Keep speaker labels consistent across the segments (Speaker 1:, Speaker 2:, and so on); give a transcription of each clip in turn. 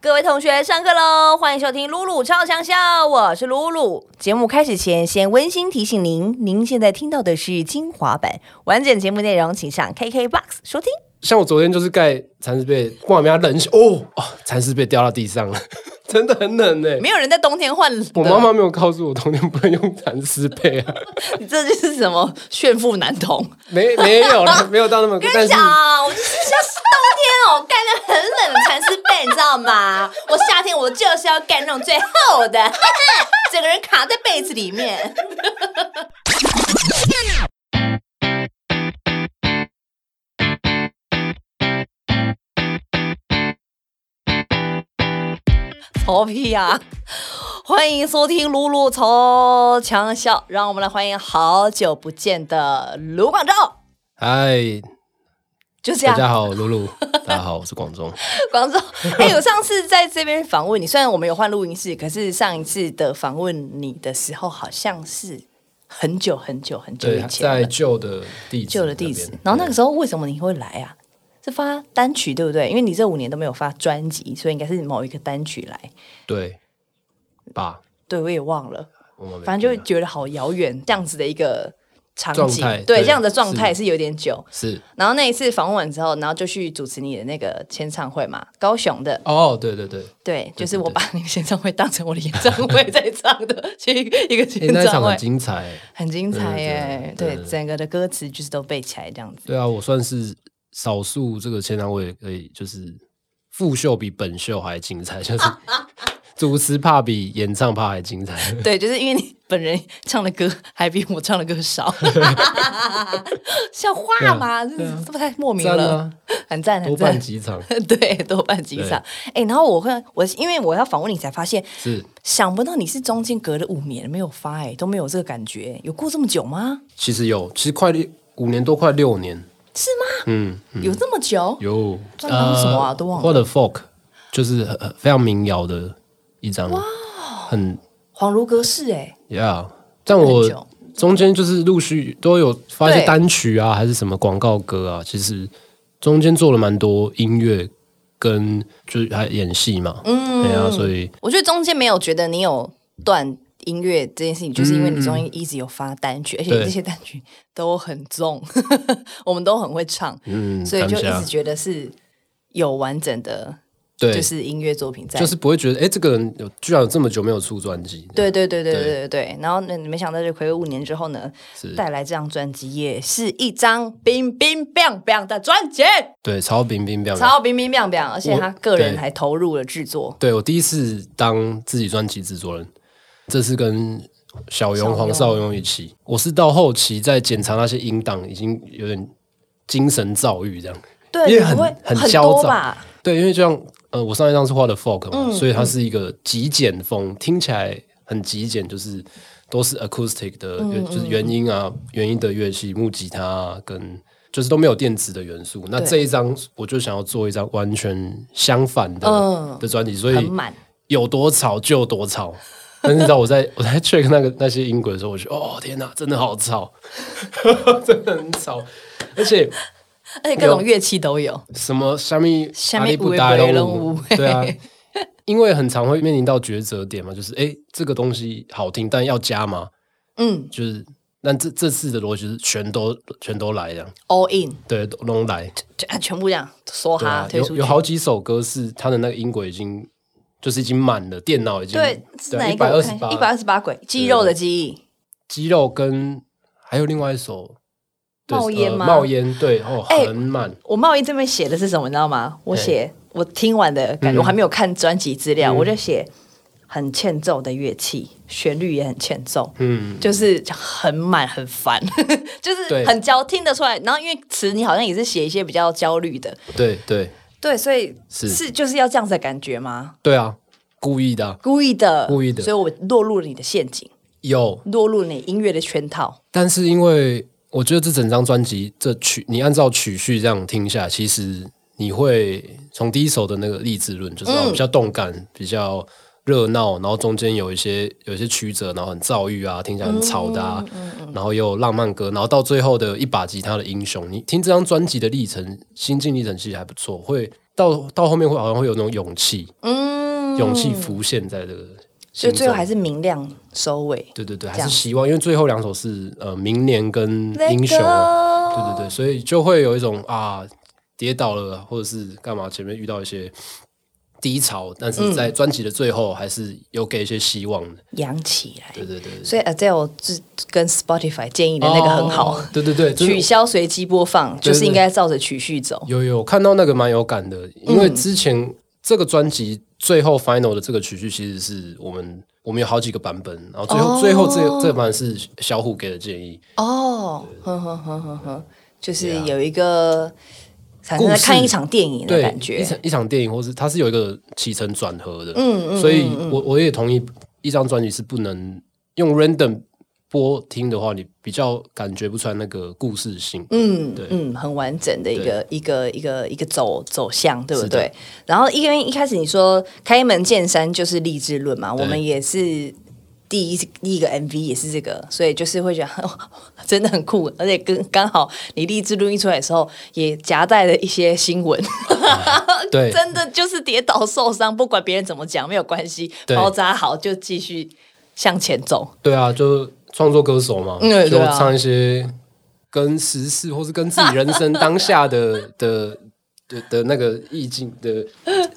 Speaker 1: 各位同学，上课喽！欢迎收听《露露超强笑》，我是露露。节目开始前，先温馨提醒您，您现在听到的是精华版，完整节目内容请上 KKBOX 收听。
Speaker 2: 像我昨天就是盖蚕丝被，挂棉被冷袖哦哦，蚕丝被掉到地上了， 真的很冷哎、
Speaker 1: 没有人在冬天换
Speaker 2: 我妈妈没有告诉我冬天不能用蚕丝被啊，
Speaker 3: 你这就是什么炫富男童？
Speaker 2: 没没 有啦，没有到那么，但
Speaker 1: 跟你
Speaker 2: 是
Speaker 1: 讲啊，我就是像冬天哦，盖的很冷的蚕丝被，你知道 吗？我夏天我就是要盖那种最厚的， 整个人卡在被子里面。 头皮呀、啊欢迎收听《露露超强笑》，让我们来欢迎好久不见的卢广仲，
Speaker 2: 嗨，
Speaker 1: 就这
Speaker 2: 大
Speaker 1: 样。
Speaker 2: 家好，露 露，大家好，我是广中，
Speaker 1: 广州，哎、我上次在这边访问你，虽然我们有换录音室，可是上一次的访问你的时候，好像是很久很久很久
Speaker 2: 对
Speaker 1: 以，前
Speaker 2: 在
Speaker 1: 了
Speaker 2: 旧的地址，
Speaker 1: 旧的地址。然后那个时候为什么你会来啊？是发单曲对不对？因为你这五年都没有发专辑，所以应该是某一个单曲来。
Speaker 2: 对吧，
Speaker 1: 对，我也忘了，
Speaker 2: 我们没
Speaker 1: 反正就
Speaker 2: 记
Speaker 1: 会觉得好遥远，这样子的一个场景
Speaker 2: 啊状态，
Speaker 1: 对，
Speaker 2: 对
Speaker 1: 这样的状态是有点久。
Speaker 2: 得是
Speaker 1: 然后那一次访问完之后，然后就去主持你的那个签唱会嘛，高雄的。
Speaker 2: 哦，对对对，
Speaker 1: 对，就是
Speaker 2: 对
Speaker 1: 我
Speaker 2: 对
Speaker 1: 把那个演唱会当成我的演唱会在唱的，去一个
Speaker 2: 哎、
Speaker 1: 演
Speaker 2: 那一
Speaker 1: 唱
Speaker 2: 场
Speaker 1: 会
Speaker 2: 很，精彩、欸，
Speaker 1: 很精彩耶！
Speaker 2: 对对对
Speaker 1: 对，
Speaker 2: 对
Speaker 1: 整个的歌词就是都背起来这样子。
Speaker 2: 对啊，我算是少数这个签唱会可以就是副秀比本秀还精彩，就是 主持怕比演唱怕还精彩。
Speaker 1: 对，就是因为你本人唱的歌还比我唱的歌 少，像话吗？这
Speaker 2: 啊
Speaker 1: 这不太莫名
Speaker 2: 赞
Speaker 1: 了
Speaker 2: 啊，
Speaker 1: 很赞很
Speaker 2: 多办
Speaker 1: 赞。
Speaker 2: 几场
Speaker 1: 对，多半几场。哎，然后我会，我因为我要访问你才发现，
Speaker 2: 是，
Speaker 1: 想不到你是中间隔了五年没有发，哎，都没有这个感觉，有过这么久吗？
Speaker 2: 其实有，其实快六五年多，快六年，
Speaker 1: 是吗？
Speaker 2: 嗯，
Speaker 1: 有这么久？
Speaker 2: 有。呃
Speaker 1: 专辑是什么啊都忘了
Speaker 2: 或者 folk，就是很很非常民谣的一张，很
Speaker 1: 恍如隔世，哎。
Speaker 2: yeah。但
Speaker 1: 很久
Speaker 2: 我中间就是陆续都有发一些
Speaker 1: 对
Speaker 2: 单曲啊，还是什么广告歌啊，其实中间做了蛮多音乐跟就是还演戏嘛，嗯，对啊，所以
Speaker 1: 我觉得中间没有觉得你有断音乐这件事情，就是因为你中间一直有发单曲，而且你
Speaker 2: 嗯对
Speaker 1: 这些单曲都很重， 我们都很会唱，
Speaker 2: 嗯，
Speaker 1: 所以就
Speaker 2: 感谢
Speaker 1: 一
Speaker 2: 啊
Speaker 1: 直觉得是有完整的，
Speaker 2: 对，
Speaker 1: 就是音乐作品在。
Speaker 2: 就是不会觉得哎、诶这个人有居然有这么久没有出专辑，
Speaker 1: 对对对对对对
Speaker 2: 对
Speaker 1: 对，然后呢，没想到就回归五年之后呢，
Speaker 2: 是
Speaker 1: 带来这张专辑，也是一张冰冰冰冰的专辑，
Speaker 2: 对，超冰冰冰
Speaker 1: 超冰冰冰冰，而且他个人
Speaker 2: 对
Speaker 1: 还投入了制作，
Speaker 2: 对我第一次当自己专辑制作人，这是跟
Speaker 1: 小
Speaker 2: 小勇、黄
Speaker 1: 勇
Speaker 2: 少勇一起。我是到后期在检查那些音档，已经有点精神躁郁这样。
Speaker 1: 对，
Speaker 2: 因为
Speaker 1: 你
Speaker 2: 很
Speaker 1: 会
Speaker 2: 很
Speaker 1: 很
Speaker 2: 焦
Speaker 1: 多
Speaker 2: 躁
Speaker 1: 吧，
Speaker 2: 对，因为就像呃，我上一张是画的 folk
Speaker 1: 嗯
Speaker 2: 嘛，所以它是一个极简风，听起来很极简，就是都是 acoustic 的，
Speaker 1: 嗯
Speaker 2: 就是原音啊、原音的乐器，木吉他、啊、跟。就是都没有电子的元素，那
Speaker 1: 对
Speaker 2: 这一张我就想要做一张完全相反的、
Speaker 1: 嗯
Speaker 2: 的专辑，所以
Speaker 1: 很满。
Speaker 2: 有多吵就有多吵。 但是到我在我在 check 那个那些音轨的时候，我觉得哦天哪，真的好吵， 真的很吵，而且
Speaker 1: 而且各种乐器都有。
Speaker 2: 什么虾米
Speaker 1: 什么
Speaker 2: 阿里不达龙
Speaker 1: 有的没的
Speaker 2: 对啊，因为很常会面临到抉择点嘛，就是哎、诶这个东西好听，但要加吗？
Speaker 1: 嗯
Speaker 2: 就是但这这次的逻辑是全都全都来这样，
Speaker 1: ，all in，
Speaker 2: 对，都都来，
Speaker 1: 全全部这样梭
Speaker 2: 对
Speaker 1: 哈
Speaker 2: 啊，
Speaker 1: 推出
Speaker 2: 有
Speaker 1: 去
Speaker 2: 有。好几首歌是它的那个音轨已经就是已经满了，电脑已经啊
Speaker 1: 对，是哪
Speaker 2: 一
Speaker 1: 一个？
Speaker 2: 百
Speaker 1: 我
Speaker 2: 二十
Speaker 1: 看
Speaker 2: 八
Speaker 1: 一百二十八轨，肌肉的记忆。
Speaker 2: 肌肉跟还有另外一首对
Speaker 1: 冒烟
Speaker 2: 呃
Speaker 1: 吗
Speaker 2: 冒烟对哦，
Speaker 1: 哎
Speaker 2: 很慢，
Speaker 1: 我贸易这边写的是什么？你知道吗？我写我听完的感觉，
Speaker 2: 嗯
Speaker 1: 我还没有看专辑资料，我就写很欠揍的乐器，旋律也很欠揍。
Speaker 2: 嗯，
Speaker 1: 就是很满很烦， 就是
Speaker 2: 对
Speaker 1: 很焦，听得出来。然后因为词你好像也是写一些比较焦虑的，
Speaker 2: 对对
Speaker 1: 对，所以
Speaker 2: 是
Speaker 1: 是就是要这样子的感觉吗？
Speaker 2: 对啊，故意的啊
Speaker 1: 故意的，
Speaker 2: 故意的
Speaker 1: 所以我落入了你的陷阱，
Speaker 2: 有，
Speaker 1: 落入了你音乐的圈套。
Speaker 2: 但是因为我觉得这整张专辑这曲，你按照曲序这样听下来，哦其实你会从第一首的那个励志论，就是、啊比较动感，比较热闹，然后中间有一些有一些曲折，然后很躁郁啊，听起来很吵的啊，然后又有浪漫歌，然后到最后的一把吉他的英雄，你听这张专辑的历程，心境历程其实还不错，会到到后面会好像会有那种勇气，嗯，勇气浮现在这个
Speaker 4: 所以
Speaker 2: 心中，
Speaker 4: 最后还是明亮收尾。
Speaker 2: 对对对，
Speaker 4: 这
Speaker 2: 还
Speaker 4: 样
Speaker 2: 是希望，因为最后两首是呃明年跟
Speaker 4: Let
Speaker 2: 英雄啊，
Speaker 4: go
Speaker 2: 对对对，所以就会有一种啊跌倒了或者是干嘛，前面遇到一些低潮，但是在专辑的最后还是有给一些希望的，
Speaker 1: 养起来。
Speaker 2: 对对对，
Speaker 1: 所以 Adele 自跟 Spotify 建议的那个很好，
Speaker 2: 哦对对对，就是
Speaker 1: 取消随机播放，
Speaker 2: 对
Speaker 1: 就是应该照着曲序走。
Speaker 2: 有有看到那个蛮有感的，因为之前这个专辑最后 final 的这个曲序其实是我们我们有好几个版本，然后最后、最后这这版是小虎给的建议，
Speaker 1: 哦，哼哼哼哼哼，就是有一个，好像
Speaker 2: 故
Speaker 1: 在
Speaker 2: 事
Speaker 1: 看一场电影的
Speaker 2: 对，
Speaker 1: 感
Speaker 2: 一
Speaker 1: 觉。
Speaker 2: 场一场电影，或是它是有一个起承转合的，嗯嗯，所以我我也同意，一张专辑是不能用 random 播听的话，你比较感觉不出来那个故事性，嗯，对，
Speaker 1: 嗯，很完整的一个一个一个一个走走向，对不
Speaker 2: 是的
Speaker 1: 对？然后因为一开始你说开门见山就是励志论嘛，我们也是第一第一个 MV 也是这个，所以就是会觉得、 哦、真的很酷，而且跟刚好你励志论一出来的时候，也夹带了一些新闻，
Speaker 2: 对
Speaker 1: 真的就是跌倒受伤，不管别人怎么讲没有关系，
Speaker 2: 对
Speaker 1: 包扎好就继续向前走。
Speaker 2: 对啊，就创作歌手嘛，
Speaker 1: 嗯对
Speaker 2: 就
Speaker 1: 啊
Speaker 2: 唱一些跟时事或是跟自己人生当下的的的的那个意境的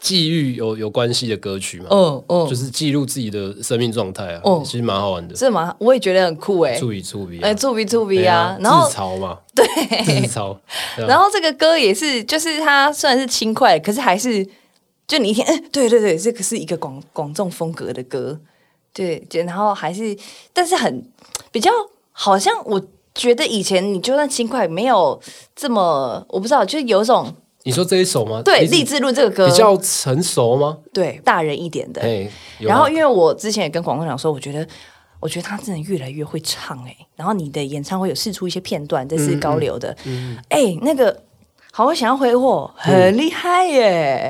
Speaker 2: 际遇有有关系的歌曲嘛，
Speaker 1: 嗯嗯，
Speaker 2: 就是记录自己的生命状态啊，
Speaker 1: 嗯
Speaker 2: 其实蛮好玩的，
Speaker 1: 这嘛我也觉得很酷哎、
Speaker 2: 注意注意啊，
Speaker 1: 哎，助比助比
Speaker 2: 对
Speaker 1: 啊，然后
Speaker 2: 自嘲嘛，对，自嘲，对啊
Speaker 1: 然后这个歌也是，就是它虽然是轻快，可是还是就你一听，哎、对对对，这个是一个广广众风格的歌，对，就然后还是，但是很比较，好像我觉得以前你就算轻快，没有这么，我不知道，就是有一种
Speaker 2: 你说这一首吗？
Speaker 1: 对
Speaker 2: 你指
Speaker 1: 励志论这个歌
Speaker 2: 比较成熟吗？
Speaker 1: 对大人一点的，
Speaker 2: 哎，有啊
Speaker 1: 然后因为我之前也跟广东讲说，我觉得。我觉得他真的越来越会唱哎、然后你的演唱会有试出一些片段，这是高流
Speaker 2: 嗯
Speaker 1: 的，哎、那个好，我想要挥霍，很厉害耶、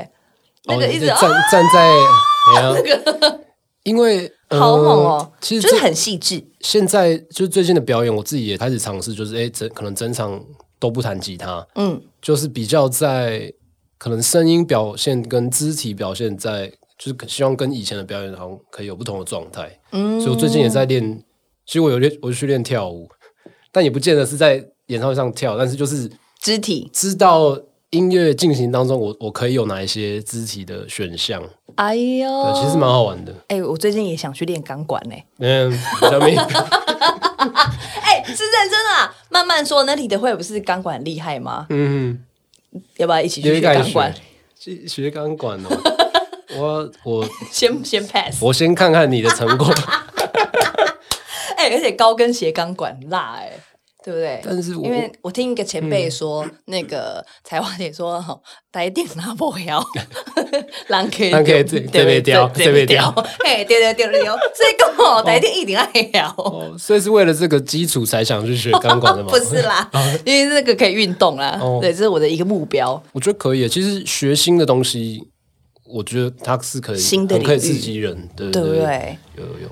Speaker 1: 那
Speaker 2: 哦
Speaker 1: 个
Speaker 2: 你
Speaker 1: 一直
Speaker 2: 就
Speaker 1: 啊
Speaker 2: 站站在 那个，因为呃
Speaker 1: 好猛哦，
Speaker 2: 其实
Speaker 1: 就是
Speaker 2: 这
Speaker 1: 很细致，
Speaker 2: 现在就是最近的表演，我自己也开始尝试，就是哎，整可能整场都不弹吉他，嗯，就是比较在可能声音表现跟肢体表现在，就是希望跟以前的表演好像可以有不同的状态，嗯，所以我最近也在练，其实我有练，我去练跳舞，但也不见得是在演唱会上跳，但是就是
Speaker 1: 肢体。
Speaker 2: 知道音乐进行当中我，我可以有哪一些肢体的选项，
Speaker 1: 哎呦，
Speaker 2: 对，其实蛮好玩的，
Speaker 1: 哎、我最近也想去练钢管呢、
Speaker 2: 嗯，小 明。
Speaker 1: 哎、是认真的啊。慢慢说，那你的会不是钢管厉害吗？嗯，要不要一起去
Speaker 2: 有
Speaker 1: 学
Speaker 2: 一个
Speaker 1: 钢
Speaker 2: 学
Speaker 1: 管？
Speaker 2: 学学钢管哦。 我我
Speaker 1: 先先 pass。
Speaker 2: 我先看看你的 成果，
Speaker 1: 哎、而且高跟鞋钢管很辣哎、对不对？
Speaker 2: 但是我
Speaker 1: 因为我听一个前辈说，那个才华姐说，吼台顶拿不了，人可以
Speaker 2: 人可以这这边调这边调，
Speaker 1: 嘿，对对对对对，所以讲吼台顶一定爱调，
Speaker 2: 哦所以是为了这个基础才想去学钢管的吗？
Speaker 1: 不是，啦，因为那个可以运动啦
Speaker 2: 哦，
Speaker 1: 对，这是我的一个目标。
Speaker 2: 我觉得可以。其实学新的东西，我觉得它是可以
Speaker 1: 新的
Speaker 2: 很可以
Speaker 1: 领域
Speaker 2: 刺激人，对
Speaker 1: 对不
Speaker 2: 对
Speaker 1: 对？
Speaker 2: 有有有，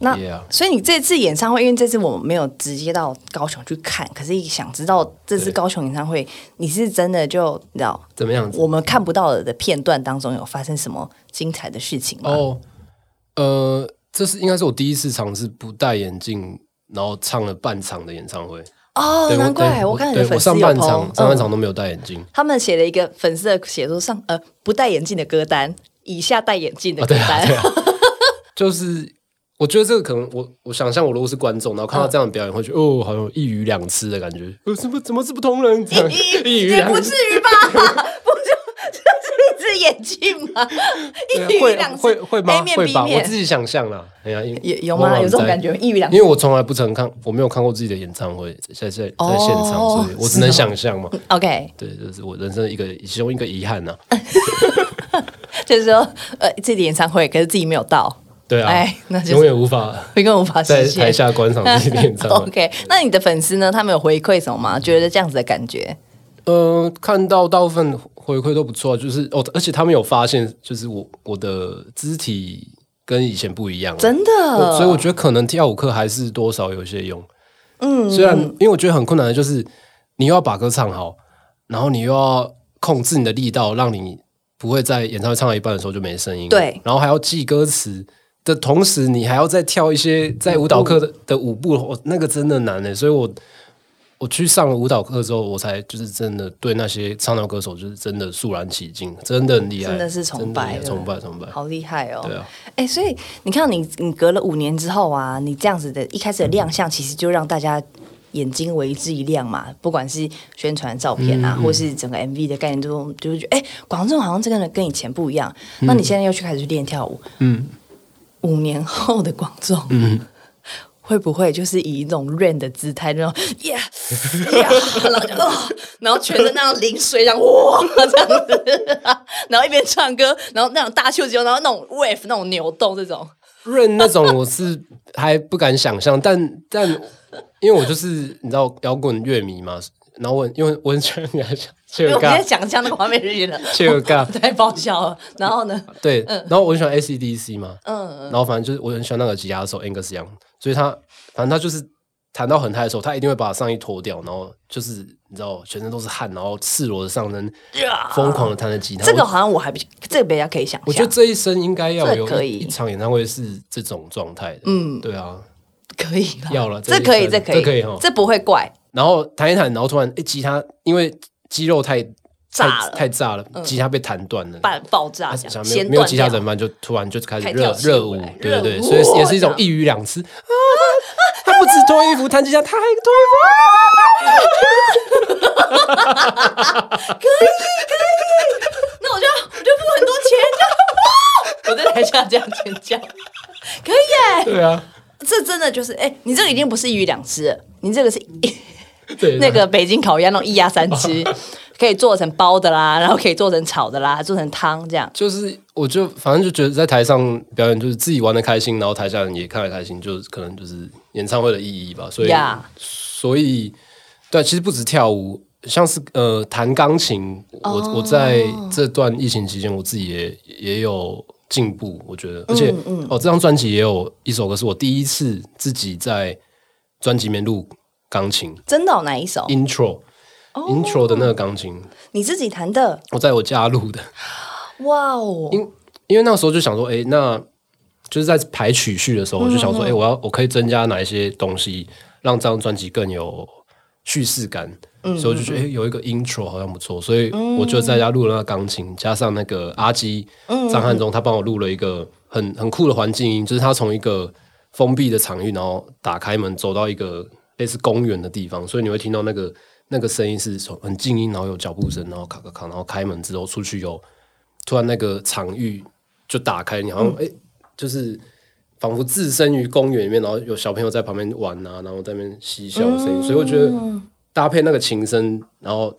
Speaker 1: 那
Speaker 2: Yeah
Speaker 1: 所以你这次演唱会，因为这次我们没有直接到高雄去看，可是想知道这次
Speaker 2: 对
Speaker 1: 高雄演唱会，你是真的就你知道
Speaker 2: 怎么样子？
Speaker 1: 我们看不到的片段当中有发生什么精彩的事情吗？
Speaker 2: 哦，呃，这是应该是我第一次尝试不戴眼镜，然后唱了半场的演唱会。
Speaker 1: 哦
Speaker 2: 对我
Speaker 1: 难怪
Speaker 2: 对
Speaker 1: 我看你的
Speaker 2: 对
Speaker 1: 粉丝
Speaker 2: 我上半
Speaker 1: 有 po，
Speaker 2: 场
Speaker 1: 嗯
Speaker 2: 上半场都没有戴眼镜。
Speaker 1: 他们写了一个粉丝的写作上，呃，不戴眼镜的歌单，以下戴眼镜的
Speaker 2: 啊，
Speaker 1: 歌
Speaker 2: 对 啊，
Speaker 1: 单，
Speaker 2: 对啊，就是我觉得这个可能我我想象我如果是观众，然后看到这样的表
Speaker 1: 嗯
Speaker 2: 演，会觉得哦，好像有一鱼两吃的感觉，呃，怎么怎么是不同人？这样啊 一鱼
Speaker 1: 也
Speaker 2: 两
Speaker 1: 不
Speaker 2: 吃
Speaker 1: 至，于吧？ 不就就是一只眼镜吗？ 一
Speaker 2: 对啊
Speaker 1: 鱼两吃
Speaker 2: 会会会吗
Speaker 1: A？面
Speaker 2: 会
Speaker 1: B
Speaker 2: 吧，我
Speaker 1: 面
Speaker 2: 自己想象啦。哎呀，因
Speaker 1: 有有吗？有这种感觉，？一鱼
Speaker 2: 我
Speaker 1: 两
Speaker 2: 因为我从来不曾看，我没有看过自己的演唱会，在在在现场，
Speaker 1: 哦
Speaker 2: 所以我只能想象嘛。
Speaker 1: OK，
Speaker 2: 对，这是我人生的一个其中一个遗憾呐。啊
Speaker 1: 就是说，呃，自己的演唱会，可是自己没有到，
Speaker 2: 对啊
Speaker 1: 哎那就，是
Speaker 2: 永远无法
Speaker 1: 会跟我无法
Speaker 2: 在
Speaker 1: 实
Speaker 2: 台
Speaker 1: 现。
Speaker 2: 下观赏自己的演唱 会。
Speaker 1: OK，那你的粉丝呢？他们有回馈什么吗？觉得这样子的感觉？
Speaker 2: 呃，看到大部分啊回馈都不错，就是哦，而且他们有发现，就是我我的肢体跟以前不一样了。
Speaker 1: 真的，
Speaker 2: 我所以我觉得可能跳舞课还是多少有些用。嗯，虽然因为我觉得很困难的就是你又要把歌唱好，然后你又要控制你的力道，让你不会在演唱会唱到一半的时候就没声音。
Speaker 1: 对
Speaker 2: 然后还要记歌词的同时，你还要再跳一些在舞蹈课的的舞步，哦，那个真的难诶。所以我我去上了舞蹈课之后，我才就是真的对那些唱跳歌手就是真的肃然起敬，真的很厉害，
Speaker 1: 真的是崇拜
Speaker 2: 真的崇拜，崇拜。
Speaker 1: 好厉害哦。
Speaker 2: 对啊，
Speaker 1: 哎、所以你看，你你隔了五年之后啊，你这样子的一开始的亮相，其实就让大家眼睛为之一亮嘛。不管是宣传照片
Speaker 2: 嗯
Speaker 1: 啊，或是整个 MV 的概念中，就是觉得哎，诶广、州好像这个人跟以前不一样。那你现在又去开始练跳舞，
Speaker 2: 嗯，
Speaker 1: 五年后的广众，嗯。会不会就是以一种 rain 的姿态，那种 yeah yeah，然后就哦，然后全身那样淋水，然后哇这样子，然后一边唱歌，然后那种大袖子，然后那种 wave 那种扭动这种，
Speaker 2: 润那种我是还不敢想象， 但但因为我就是你知道摇滚乐迷嘛，然后我 因为我很喜欢你还想切
Speaker 1: 因为
Speaker 2: 尔
Speaker 1: 我今天
Speaker 2: 尬
Speaker 1: 讲这样的画面日语了，
Speaker 2: 切尔尬，
Speaker 1: 太爆笑了。然后 呢，
Speaker 2: 对，
Speaker 1: 嗯
Speaker 2: 然后我很喜欢 ACDC 嘛，嗯，然后反正就是我很喜欢那个吉他手 Angus Young，所以他反正他就是弹到很嗨的时候，他一定会把上衣脱掉，然后就是你知道全身都是汗，然后赤裸的上身，疯狂的弹着吉他。
Speaker 1: 这个
Speaker 2: 我
Speaker 1: 好像我还比这个比较可以想
Speaker 2: 我觉
Speaker 1: 象
Speaker 2: 得，这一生应该要
Speaker 1: 这
Speaker 2: 有
Speaker 1: 可以
Speaker 2: 一一场演唱会是这种状态的，嗯，对啊，
Speaker 1: 可以了，
Speaker 2: 要了
Speaker 1: 这
Speaker 2: 这
Speaker 1: 可以，
Speaker 2: 这
Speaker 1: 这可以，
Speaker 2: 这可以哦
Speaker 1: 这不会怪。
Speaker 2: 然后弹一弹，然后突然诶，吉他因为肌肉太
Speaker 1: 炸了嗯
Speaker 2: 太太炸了，吉他被弹断了。
Speaker 1: 爆爆炸
Speaker 2: 啊
Speaker 1: 这
Speaker 2: 想
Speaker 1: 样，
Speaker 2: 没有
Speaker 1: 先
Speaker 2: 没有
Speaker 1: 断
Speaker 2: 吉他
Speaker 1: 掉
Speaker 2: 怎么办？就突然就开始
Speaker 1: 开
Speaker 2: 热
Speaker 1: 跳起
Speaker 2: 热舞
Speaker 1: 来，
Speaker 2: 对对
Speaker 1: 热
Speaker 2: 对，
Speaker 1: 舞哦
Speaker 2: 所以也是一种一鱼两吃啊！他不止脱衣服弹吉他，他还脱
Speaker 1: 那我就我就付很多钱，就 我在台下这样尖叫， 可以耶、
Speaker 2: 衣服。对啊，
Speaker 1: 这真的就是哎、你这个已经不是一鱼两吃了，你这个是一
Speaker 2: 对
Speaker 1: 那个北京烤鸭那种一鸭三吃，
Speaker 2: 哦
Speaker 1: 可以做成包的啦，然后可以做成炒的啦，做成汤这样。
Speaker 2: 就是我就反正就觉得在台上表演就是自己玩的开心，然后台下人也看得开心，就是可能就是演唱会的意义吧。所以
Speaker 1: Yeah
Speaker 2: 所以对，其实不止跳舞，像是呃弹钢琴，我、我在这段疫情期间，我自己也也有进步，我觉得，而且、哦这张专辑也有一首歌是我第一次自己在专辑里面录钢琴
Speaker 1: 真的、哦、哪一首？
Speaker 2: intro、intro 的那个钢琴，
Speaker 1: 你自己弹的？
Speaker 2: 我在我家录的。
Speaker 1: 哇哦！
Speaker 2: 因因为那时候就想说，哎、那就是在排曲序的时候，我就想说，哎、我要我可以增加哪一些东西，让这张专辑更有叙事感。所以我就觉得，哎、有一个 intro 好像不错，所以我就在家录了那钢琴，加上那个阿基张汉忠，他帮我录了一个很很酷的环境音，就是他从一个封闭的场域，然后打开门走到一个类似公园的地方，所以你会听到那个那个声音是从很静音，然后有脚步声，然后咔咔咔，然后开门之后出去有突然那个场域就打开，你好
Speaker 1: 嗯
Speaker 2: 像哎、诶就是仿佛置身于公园里面，然后有小朋友在旁边玩啊，然后在那边嬉笑的声
Speaker 1: 嗯
Speaker 2: 音，所以我觉得搭配那个琴声，然后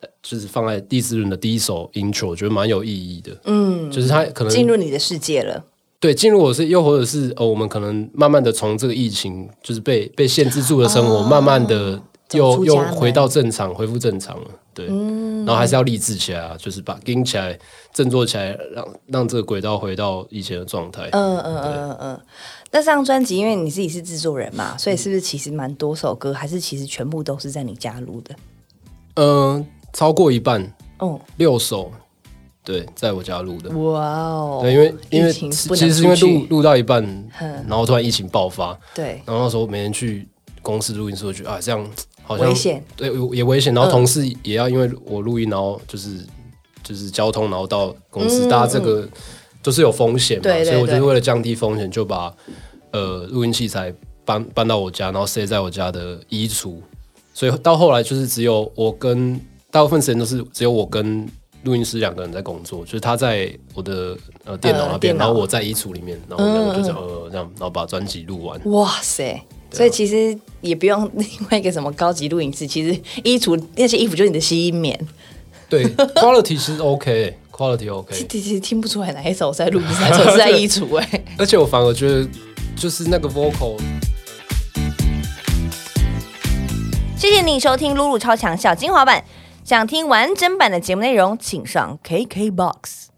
Speaker 2: 呃就是放在第四轮的第一首 intro，我觉得蛮有意义的。嗯，就是它可能
Speaker 1: 进入你的世界了，
Speaker 2: 对，进入我是，又或者是呃，我们可能慢慢的从这个疫情，就是被被限制住的生活，慢慢的又
Speaker 1: 哦出
Speaker 2: 又
Speaker 1: 家门嗯
Speaker 2: 回到正常，恢复正常了。对，然后还是要励志起来啊，就是把盯起来，振作起来，让让这个轨道回到以前的状态。嗯嗯嗯，
Speaker 1: 嗯嗯。那这张专辑，因为你自己是制作人嘛，所以是不是其实蛮多首歌，还是其实全部都是在你家录的？
Speaker 2: 呃，超过一半，
Speaker 1: 哦，
Speaker 2: 六首，对，在我家录的。
Speaker 1: 哇哦！
Speaker 2: 对，因为因为
Speaker 1: 疫情不
Speaker 2: 其
Speaker 1: 能
Speaker 2: 实是因为
Speaker 1: 出去
Speaker 2: 录录到一半，然后突然疫情爆发，
Speaker 1: 对
Speaker 2: 然后那时候每天去公司录音室，我觉得啊，这样好像
Speaker 1: 危险，嗯
Speaker 2: 对，也危险。然后同事也要因为我录音，然后就是就是交通，然后到公司，大家这个都是有风险嘛，
Speaker 1: 嗯对对
Speaker 2: 所以我就是
Speaker 1: 对
Speaker 2: 为了降低风险，就把呃录音器材搬搬到我家，然后塞在我家的衣橱。所以到后来就是只有我跟大部分时间都是只有我跟录音师两个人在工作，就是他在我的呃电脑那边，
Speaker 1: 电脑嗯
Speaker 2: 然后我在衣橱里面，然后我们两个就这样、呃这样，然后把专辑录完。
Speaker 1: 哇塞！
Speaker 2: 啊
Speaker 1: 所以其实也不用另外一个什么高级录影室，其实衣橱那些衣服就是你的吸音棉，
Speaker 2: 对，quality 其实 OK，quality OK，
Speaker 1: 其实听不出来哪一首是在录，哪一首是在衣橱哎、
Speaker 2: 而且我反而觉得就是那个 vocal，
Speaker 4: 谢谢你收听《露露超强小精华版》，想听完整版的节目内容，请上 KKBOX。